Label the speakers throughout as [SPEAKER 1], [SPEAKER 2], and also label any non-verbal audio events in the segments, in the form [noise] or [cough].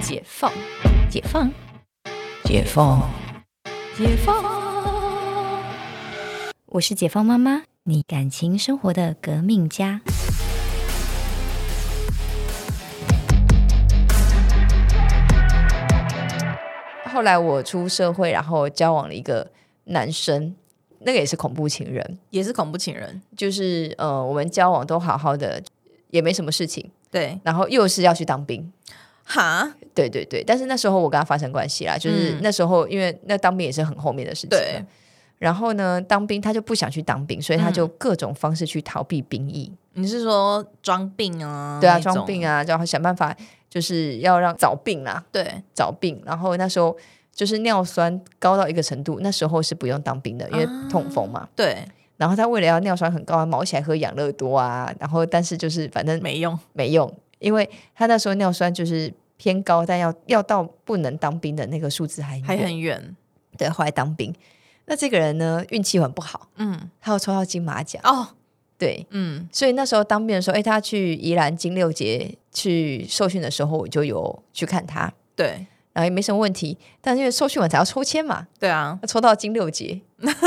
[SPEAKER 1] 解放，解放，解放，解放。
[SPEAKER 2] 我是解放妈妈，你感情生活的革命家。
[SPEAKER 1] 后来我出社会，然后交往了一个男生，那个也是恐怖情人，
[SPEAKER 3] 也是恐怖情人，
[SPEAKER 1] 就是呃，我们交往都好好的，也没什么事情，
[SPEAKER 3] 对，
[SPEAKER 1] 然后又是要去当兵。
[SPEAKER 3] 哈，
[SPEAKER 1] 对对对，但是那时候我跟他发生关系啦，就是
[SPEAKER 3] 嗯
[SPEAKER 1] 那时候因为那当兵也是很后面的事情了
[SPEAKER 3] 对，
[SPEAKER 1] 然后呢，当兵他就不想去当兵，所以他就
[SPEAKER 3] 嗯
[SPEAKER 1] 各种方式去逃避兵役，
[SPEAKER 3] 你是说装病啊？
[SPEAKER 1] 对啊，
[SPEAKER 3] 那种
[SPEAKER 1] 装病，啊，然后想办法就是要让早病啊啦，
[SPEAKER 3] 对，
[SPEAKER 1] 早病。然后那时候就是尿酸高到一个程度，那时候是不用当兵的，因为
[SPEAKER 3] 啊
[SPEAKER 1] 痛风嘛。
[SPEAKER 3] 对，
[SPEAKER 1] 然后他为了要尿酸很高啊，毛起来喝养乐多啊，然后但是就是反正
[SPEAKER 3] 没用，
[SPEAKER 1] 没用，因为他那时候尿酸就是偏高，但要要到不能当兵的那个数字还
[SPEAKER 3] 还
[SPEAKER 1] 远
[SPEAKER 3] 很远，
[SPEAKER 1] 对，后来当兵。那这个人呢，运气很不好，
[SPEAKER 3] 嗯，
[SPEAKER 1] 他有抽到金马奖，
[SPEAKER 3] 哦，
[SPEAKER 1] 对，
[SPEAKER 3] 嗯，
[SPEAKER 1] 所以那时候当兵的时候，哎，他去宜兰金六节去受训的时候，我就有去看他，
[SPEAKER 3] 对，
[SPEAKER 1] 然后也没什么问题。但因为受训完才要抽签嘛，
[SPEAKER 3] 对啊，
[SPEAKER 1] 抽到金六节， [laughs]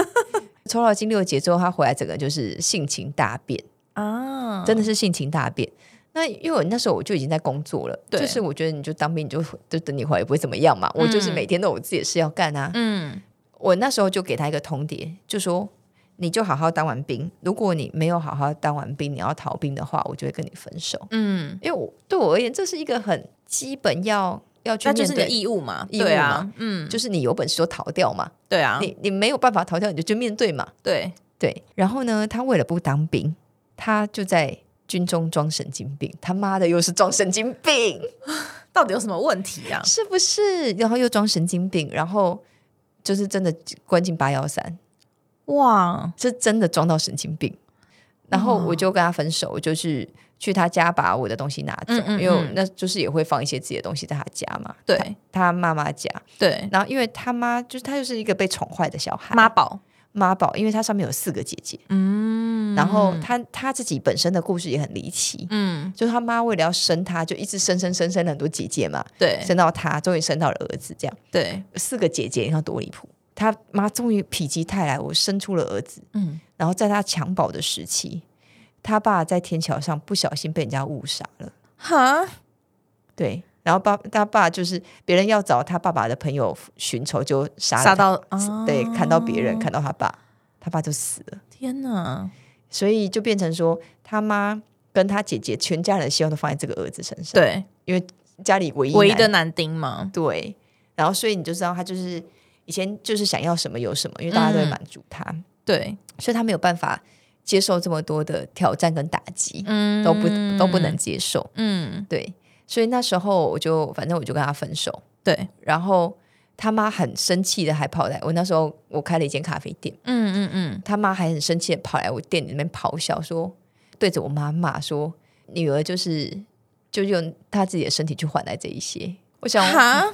[SPEAKER 1] 抽到金六节之后，他回来整个就是性情大变，
[SPEAKER 3] 啊，
[SPEAKER 1] 真的是性情大变。那因为我那时候我就已经在工作了，
[SPEAKER 3] 对
[SPEAKER 1] 就是我觉得你就当兵，你就就等你回来也不会怎么样嘛。我就是
[SPEAKER 3] 嗯
[SPEAKER 1] 每天都有我自己的事要干啊，
[SPEAKER 3] 嗯，
[SPEAKER 1] 我那时候就给他一个通牒，就说你就好好当完兵，如果你没有好好当完兵，你要逃兵的话，我就会跟你分手。
[SPEAKER 3] 嗯，
[SPEAKER 1] 因为我对我而言，这是一个很基本要要去
[SPEAKER 3] 那
[SPEAKER 1] 面对
[SPEAKER 3] 就是你的义务嘛，
[SPEAKER 1] 义务
[SPEAKER 3] 对
[SPEAKER 1] 嘛
[SPEAKER 3] 啊，嗯，
[SPEAKER 1] 就是你有本事就逃掉嘛，
[SPEAKER 3] 对啊，
[SPEAKER 1] 你你没有办法逃掉，你就去面对嘛。
[SPEAKER 3] 对，
[SPEAKER 1] 对，然后呢，他为了不当兵，他就在军中装神经病，他妈的又是装神经病，
[SPEAKER 3] 到底有什么问题啊？
[SPEAKER 1] 是不是？然后又装神经病，然后就是真的关进八幺三。
[SPEAKER 3] 哇，
[SPEAKER 1] 是真的装到神经病。然后
[SPEAKER 3] 哇
[SPEAKER 1] 我就跟他分手，我就去去他家把我的东西拿走，
[SPEAKER 3] 嗯嗯
[SPEAKER 1] 因为我
[SPEAKER 3] 嗯
[SPEAKER 1] 那就是也会放一些自己的东西在他家嘛，
[SPEAKER 3] 对
[SPEAKER 1] 他妈妈家。
[SPEAKER 3] 对，
[SPEAKER 1] 然后因为他妈就是他就是一个被宠坏的小孩，
[SPEAKER 3] 妈宝，
[SPEAKER 1] 妈宝，因为他上面有四个姐姐，
[SPEAKER 3] 嗯，
[SPEAKER 1] 然后他他自己本身的故事也很离奇，
[SPEAKER 3] 嗯，
[SPEAKER 1] 就是他妈为了要生他，就一直生生生生了很多姐姐嘛，
[SPEAKER 3] 对
[SPEAKER 1] 生到他，终于生到了儿子，这样
[SPEAKER 3] 对，
[SPEAKER 1] 四个姐姐，你看多离谱。他妈终于否极泰来，我生出了儿子，
[SPEAKER 3] 嗯，
[SPEAKER 1] 然后在他襁褓的时期，他爸在天桥上不小心被人家误杀了。
[SPEAKER 3] 哈，
[SPEAKER 1] 对，然后爸他爸就是别人要找他爸爸的朋友寻仇，就杀了
[SPEAKER 3] 杀
[SPEAKER 1] 他
[SPEAKER 3] 到
[SPEAKER 1] 对，
[SPEAKER 3] 啊
[SPEAKER 1] 砍到别人，砍到他爸，他爸就死了。
[SPEAKER 3] 天哪，
[SPEAKER 1] 所以就变成说，他妈跟他姐姐全家人的希望都放在这个儿子身上，
[SPEAKER 3] 对，
[SPEAKER 1] 家里唯一
[SPEAKER 3] 唯一
[SPEAKER 1] 男
[SPEAKER 3] 的男丁嘛，
[SPEAKER 1] 对。然后所以你就知道他就是以前就是想要什么有什么，因为大家都会
[SPEAKER 3] 嗯
[SPEAKER 1] 满足他，
[SPEAKER 3] 对，
[SPEAKER 1] 所以他没有办法接受这么多的挑战跟打击，
[SPEAKER 3] 嗯
[SPEAKER 1] 都不都不能，接受。
[SPEAKER 3] 嗯，
[SPEAKER 1] 对，所以那时候我就反正我就跟他分手，
[SPEAKER 3] 对，
[SPEAKER 1] 然后他妈很生气的还跑来，我那时候我开了一间咖啡店，
[SPEAKER 3] 嗯嗯嗯，
[SPEAKER 1] 他妈还很生气的跑来我店里面咆哮说，对着我妈骂说，女儿就是就用她自己的身体去换来这一些。我
[SPEAKER 3] 嗯
[SPEAKER 1] 想
[SPEAKER 3] 哈，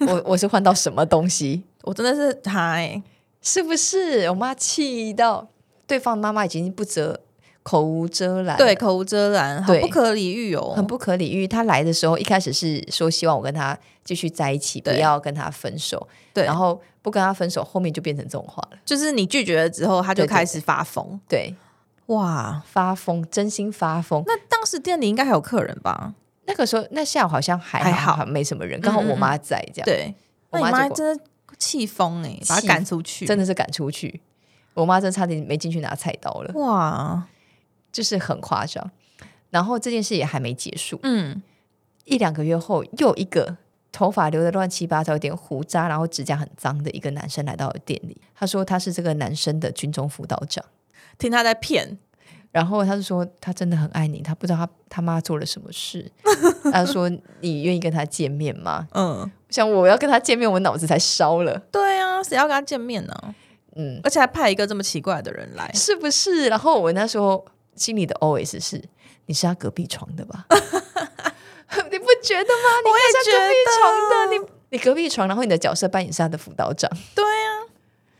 [SPEAKER 1] 我我是换到什么东西？
[SPEAKER 3] 我真的是哈欸，
[SPEAKER 1] 是不是？我妈气到对方妈妈已经不择口无遮拦，
[SPEAKER 3] 对，口无遮拦，好
[SPEAKER 1] 对
[SPEAKER 3] 不可理喻哦，
[SPEAKER 1] 很不可理喻。他来的时候，一开始是说希望我跟他继续在一起，不
[SPEAKER 3] 对
[SPEAKER 1] 要跟他分手。
[SPEAKER 3] 对
[SPEAKER 1] 然后不跟他分手，后面就变成这种话了。
[SPEAKER 3] 就是你拒绝了之后，他就
[SPEAKER 1] 对对
[SPEAKER 3] 开始发疯，
[SPEAKER 1] 对，
[SPEAKER 3] 哇，
[SPEAKER 1] 发疯，真心发疯。
[SPEAKER 3] 那当时店里应该还有客人吧？
[SPEAKER 1] 那个时候，那下午好像还
[SPEAKER 3] 还好嗯
[SPEAKER 1] 好，没什么人，刚好我妈在，这样
[SPEAKER 3] 对，
[SPEAKER 1] 我
[SPEAKER 3] 那你
[SPEAKER 1] 妈
[SPEAKER 3] 妈
[SPEAKER 1] 结果
[SPEAKER 3] 真的气疯哎，把他
[SPEAKER 1] 气
[SPEAKER 3] 赶出去，
[SPEAKER 1] 真的是赶出去。我妈真的差点没进去拿菜刀
[SPEAKER 3] 嗯
[SPEAKER 1] 了，
[SPEAKER 3] 哇，
[SPEAKER 1] 就是很夸张。然后这件事也还没结束，
[SPEAKER 3] 嗯，
[SPEAKER 1] 一两个月后，又一个头发留的乱七八糟、有点胡渣，然后指甲很脏的一个男生来到我店里。他说他是这个男生的军中辅导长。
[SPEAKER 3] 听他在骗，
[SPEAKER 1] 然后他就说他真的很爱你，他不知道他他妈做了什么事。 [laughs] 他说你愿意跟他见面吗？
[SPEAKER 3] 嗯，
[SPEAKER 1] 我想我要跟他见面，我脑子才烧了，
[SPEAKER 3] 对啊，谁要跟他见面呢？
[SPEAKER 1] 嗯，
[SPEAKER 3] 而且还派一个这么奇怪的人来，
[SPEAKER 1] 是不是？然后我那时候心里的 OS 是：你是他隔壁床的吧？ [laughs] 你不觉得吗？你
[SPEAKER 3] 也
[SPEAKER 1] 应该是他隔壁床的，你你隔壁床，然后你的角色扮演是他的辅导
[SPEAKER 3] [laughs]
[SPEAKER 1] 长，
[SPEAKER 3] 啊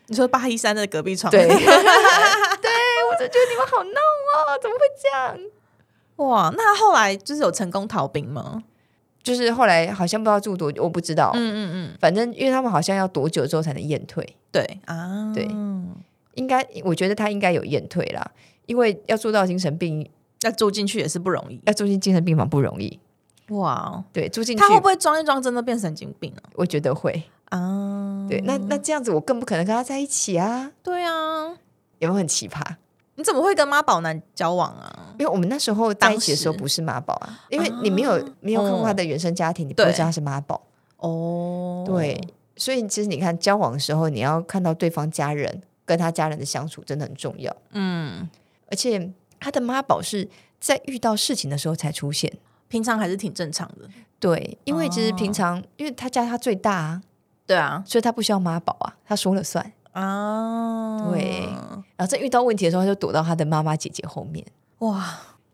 [SPEAKER 3] 你说八一三的隔壁床，
[SPEAKER 1] 对，对， [laughs] 我就觉得你们好闹哦啊，怎么会这样？
[SPEAKER 3] 哇，那他后来就是有成功逃兵吗？
[SPEAKER 1] 就是后来好像不知道住多久，我不知道，
[SPEAKER 3] 嗯嗯嗯，
[SPEAKER 1] 反正因为他们好像要多久之后才能验退，
[SPEAKER 3] 对啊，
[SPEAKER 1] 对应该我觉得他应该有验退啦，因为要做到精神病
[SPEAKER 3] 要住进去也是不容易
[SPEAKER 1] 要住进精神病房不容易，
[SPEAKER 3] 哇。
[SPEAKER 1] 对，住进去
[SPEAKER 3] 他会不会装一装真的变神经病啊？
[SPEAKER 1] 我觉得会，
[SPEAKER 3] 啊，
[SPEAKER 1] 对，那那这样子我更不可能跟他在一起啊，
[SPEAKER 3] 对啊，
[SPEAKER 1] 有没有很奇葩？
[SPEAKER 3] 你怎么会跟妈宝男交往啊？
[SPEAKER 1] 因为我们那时候在一起的时候
[SPEAKER 3] 当时哦
[SPEAKER 1] 不是妈宝啊，因为你没有、没有看过他的原生家庭，你不
[SPEAKER 3] 对
[SPEAKER 1] 会知道他是妈宝，
[SPEAKER 3] 哦，
[SPEAKER 1] 对，所以其实你看交往的时候，你要看到对方家人跟他家人的相处真的很重要，
[SPEAKER 3] 嗯，
[SPEAKER 1] 而且他的妈宝是在遇到事情的时候才出现。
[SPEAKER 3] 平常还是挺正常的。
[SPEAKER 1] 对，因为其实平
[SPEAKER 3] 哦
[SPEAKER 1] 常、因为他家他最大啊，
[SPEAKER 3] 对啊，
[SPEAKER 1] 所以他不需要妈宝啊，他说了算。
[SPEAKER 3] 啊，
[SPEAKER 1] 对，然后在遇到问题的时候，他就躲到他的妈妈姐姐后面，
[SPEAKER 3] 哇，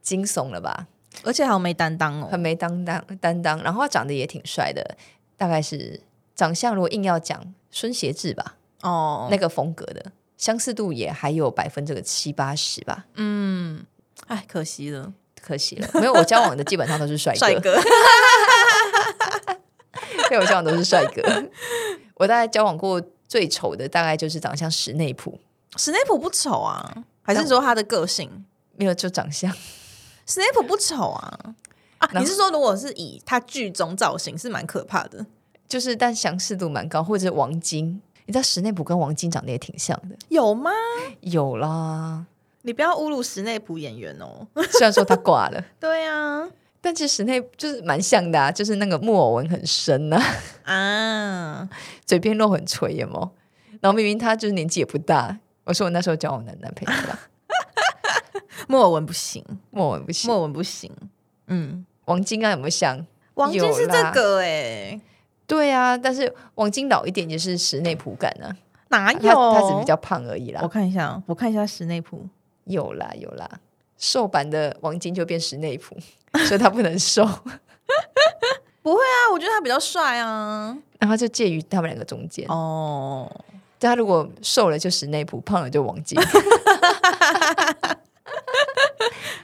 [SPEAKER 1] 惊悚了吧？
[SPEAKER 3] 而且好没担当
[SPEAKER 1] 很
[SPEAKER 3] 哦，
[SPEAKER 1] 没担当担当，然后他长得也挺帅的，大概是长相如果硬要讲，孙协志吧，
[SPEAKER 3] 哦，
[SPEAKER 1] 那个风格的相似度也还有百分之个七八十吧，
[SPEAKER 3] 嗯，哎，可惜了，
[SPEAKER 1] 可惜了，没有我交往的基本上都是帅哥，
[SPEAKER 3] 帅哥， [laughs]
[SPEAKER 1] 对我交往都是帅哥，我大概交往过最丑的大概就是长相史内普，
[SPEAKER 3] 史内普不丑啊，还是说他的个性？
[SPEAKER 1] 没有就长相。 [laughs]
[SPEAKER 3] 史内普不丑啊。啊，
[SPEAKER 1] 然后
[SPEAKER 3] 你是说如果是以他剧中造型是蛮可怕的？
[SPEAKER 1] 就是但相似度蛮高，或者是王晶，你知道史内普跟王晶长得也挺像的，
[SPEAKER 3] 有吗？
[SPEAKER 1] 有啦。
[SPEAKER 3] 你不要侮辱史内普演员哦。
[SPEAKER 1] 虽然说他挂了，
[SPEAKER 3] [laughs] 对啊，
[SPEAKER 1] 但是史内就是蛮像的、啊，就是那个木偶纹很深呐、啊， [laughs]
[SPEAKER 3] 啊，
[SPEAKER 1] 嘴边肉很垂，有吗？然后明明他就是年纪也不大，我说我那时候交往的男朋友啦，
[SPEAKER 3] 莫文不行，
[SPEAKER 1] 木偶纹不行。
[SPEAKER 3] 莫文不行。嗯，
[SPEAKER 1] 王晶啊有没有像？
[SPEAKER 3] 王晶是
[SPEAKER 1] 有啦
[SPEAKER 3] 这个哎、
[SPEAKER 1] 对啊，但是王晶老一点也是史内普感啊，
[SPEAKER 3] 哪有？
[SPEAKER 1] 他他只是比较胖而已
[SPEAKER 3] 我
[SPEAKER 1] 啦。
[SPEAKER 3] 看一下，我看一下史内普。
[SPEAKER 1] 有啦有啦，瘦版的王晶就变史内普， [laughs] 所以他不能瘦。 [laughs]
[SPEAKER 3] 啊，我觉得他比较帅啊。
[SPEAKER 1] 然后就介于他们两个中间。
[SPEAKER 3] 哦，
[SPEAKER 1] 对他如果瘦了就史内普，胖了就王
[SPEAKER 3] [laughs]
[SPEAKER 1] 晶，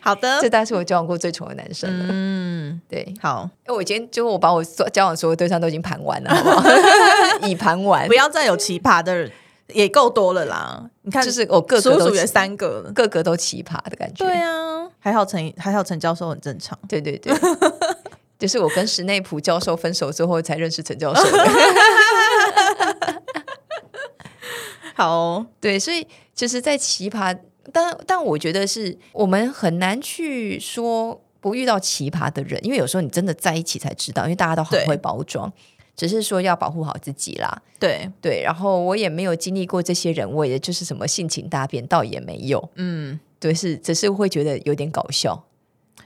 [SPEAKER 3] 好的
[SPEAKER 1] 这，大概是我交往过最丑的男生了。
[SPEAKER 3] 嗯，
[SPEAKER 1] 对，因
[SPEAKER 3] 好，
[SPEAKER 1] 为我今天就我把我所交往所有对象都已经盘完了，好不好？ [laughs] 已盘完，
[SPEAKER 3] 不要再有奇葩的人，也够多了啦。你看，
[SPEAKER 1] 就是我各个
[SPEAKER 3] 叔
[SPEAKER 1] 都
[SPEAKER 3] 叔也
[SPEAKER 1] 奇
[SPEAKER 3] 三个了。
[SPEAKER 1] 各个都奇葩的感觉。
[SPEAKER 3] 对啊，还好陈还好陈教授很正常。
[SPEAKER 1] 对对
[SPEAKER 3] [laughs]
[SPEAKER 1] 对就是我跟史内普教授分手之后才认识陈教授的。
[SPEAKER 3] [laughs] 好哦、
[SPEAKER 1] 对，所以其实，在奇葩，但但我觉得是我们很难去说不遇到奇葩的人，因为有时候你真的在一起才知道，因为大家都很
[SPEAKER 3] 对
[SPEAKER 1] 会包装，只是说要保护好自己啦。
[SPEAKER 3] 对，
[SPEAKER 1] 对，然后我也没有经历过这些人，我也就是什么性情大变，倒也没有。
[SPEAKER 3] 嗯，
[SPEAKER 1] 对，是只是会觉得有点搞笑。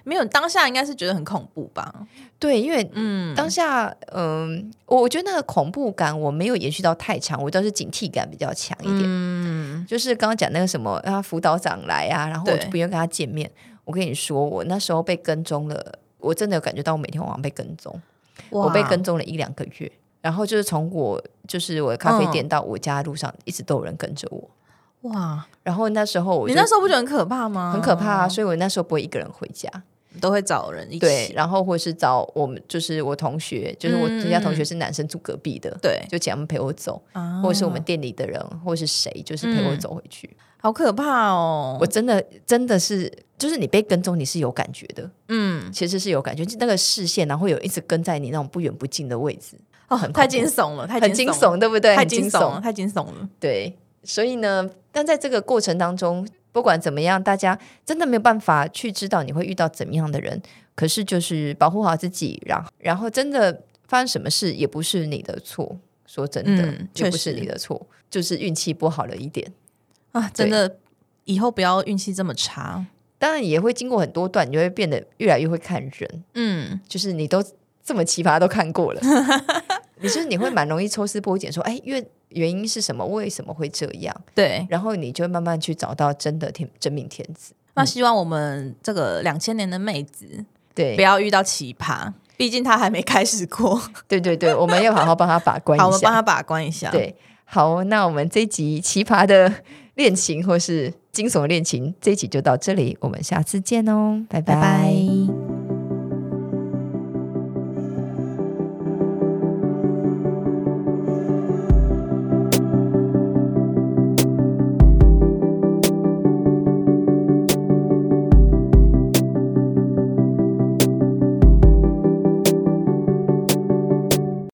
[SPEAKER 3] 没有当下应该是觉得很恐怖吧？
[SPEAKER 1] 对，因为
[SPEAKER 3] 嗯，
[SPEAKER 1] 当下，嗯，我我觉得那个恐怖感我没有延续到太长，我倒是警惕感比较强一点。
[SPEAKER 3] 嗯，
[SPEAKER 1] 就是刚刚讲那个什么啊，辅导长来啊，然后我
[SPEAKER 3] 对
[SPEAKER 1] 就不愿跟他见面。我跟你说，我那时候被跟踪了，我真的有感觉到我每天晚上被跟踪，
[SPEAKER 3] 哇
[SPEAKER 1] 我被跟踪了一两个月。然后就是从我就是我的咖啡
[SPEAKER 3] 嗯
[SPEAKER 1] 店到我家路上，一直都有人跟着我。
[SPEAKER 3] 哇，
[SPEAKER 1] 然后那时候我
[SPEAKER 3] 你
[SPEAKER 1] 就
[SPEAKER 3] 那时候不觉得很可怕吗？
[SPEAKER 1] 很可怕啊，所以我那时候不会一个人回家。
[SPEAKER 3] 都会找人一起。
[SPEAKER 1] 对，然后或是找我们，就是我同学，就是我
[SPEAKER 3] 嗯
[SPEAKER 1] 人家同学是男生住隔壁的，
[SPEAKER 3] 对，
[SPEAKER 1] 就请他们陪我走，
[SPEAKER 3] 啊
[SPEAKER 1] 或者是我们店里的人，或是谁，就是陪我
[SPEAKER 3] 嗯
[SPEAKER 1] 走回去。
[SPEAKER 3] 好可怕哦。
[SPEAKER 1] 我真的真的是，就是你被跟踪，你是有感觉的，
[SPEAKER 3] 嗯，
[SPEAKER 1] 其实是有感觉，就那个视线，然后有一直跟在你那种不远不近的位置，
[SPEAKER 3] 哦
[SPEAKER 1] 很恐，怖
[SPEAKER 3] 太惊悚了，太
[SPEAKER 1] 很惊
[SPEAKER 3] 悚了，
[SPEAKER 1] 悚，对不对？
[SPEAKER 3] 太
[SPEAKER 1] 很
[SPEAKER 3] 惊
[SPEAKER 1] 惊
[SPEAKER 3] 悚了，
[SPEAKER 1] 悚，
[SPEAKER 3] 太惊悚了。
[SPEAKER 1] 对。所以呢，但在这个过程当中，不管怎么样，大家真的没有办法去知道你会遇到怎么样的人。可是就是保护好自己，然后然后真的发生什么事也不是你的错，说真的，
[SPEAKER 3] 嗯
[SPEAKER 1] 也不
[SPEAKER 3] 确
[SPEAKER 1] 是
[SPEAKER 3] 实
[SPEAKER 1] 你的错，就是运气不好了一点。
[SPEAKER 3] 啊，真的，以后不要运气这么差。
[SPEAKER 1] 当然也会经过很多段，你就会变得越来越会看人，
[SPEAKER 3] 嗯，
[SPEAKER 1] 就是你都这么奇葩都看过
[SPEAKER 3] [laughs]
[SPEAKER 1] 了，你就是你会蛮容易抽丝剥茧，说哎，原原因是什么？为什么会这样？
[SPEAKER 3] 对。
[SPEAKER 1] 然后你就会慢慢去找到真的天真命天子。
[SPEAKER 3] 那希望我们这个两千年的妹子
[SPEAKER 1] 对
[SPEAKER 3] 不，要遇到奇葩，毕竟她还没开始过。
[SPEAKER 1] 对对对，我们要好好帮他把关一下。
[SPEAKER 3] 好，我们帮她把关一下。，
[SPEAKER 1] 对，好，那我们这一集奇葩的恋情或是惊悚的恋情这一集就到这里，我们下次见哦，拜
[SPEAKER 2] 拜拜。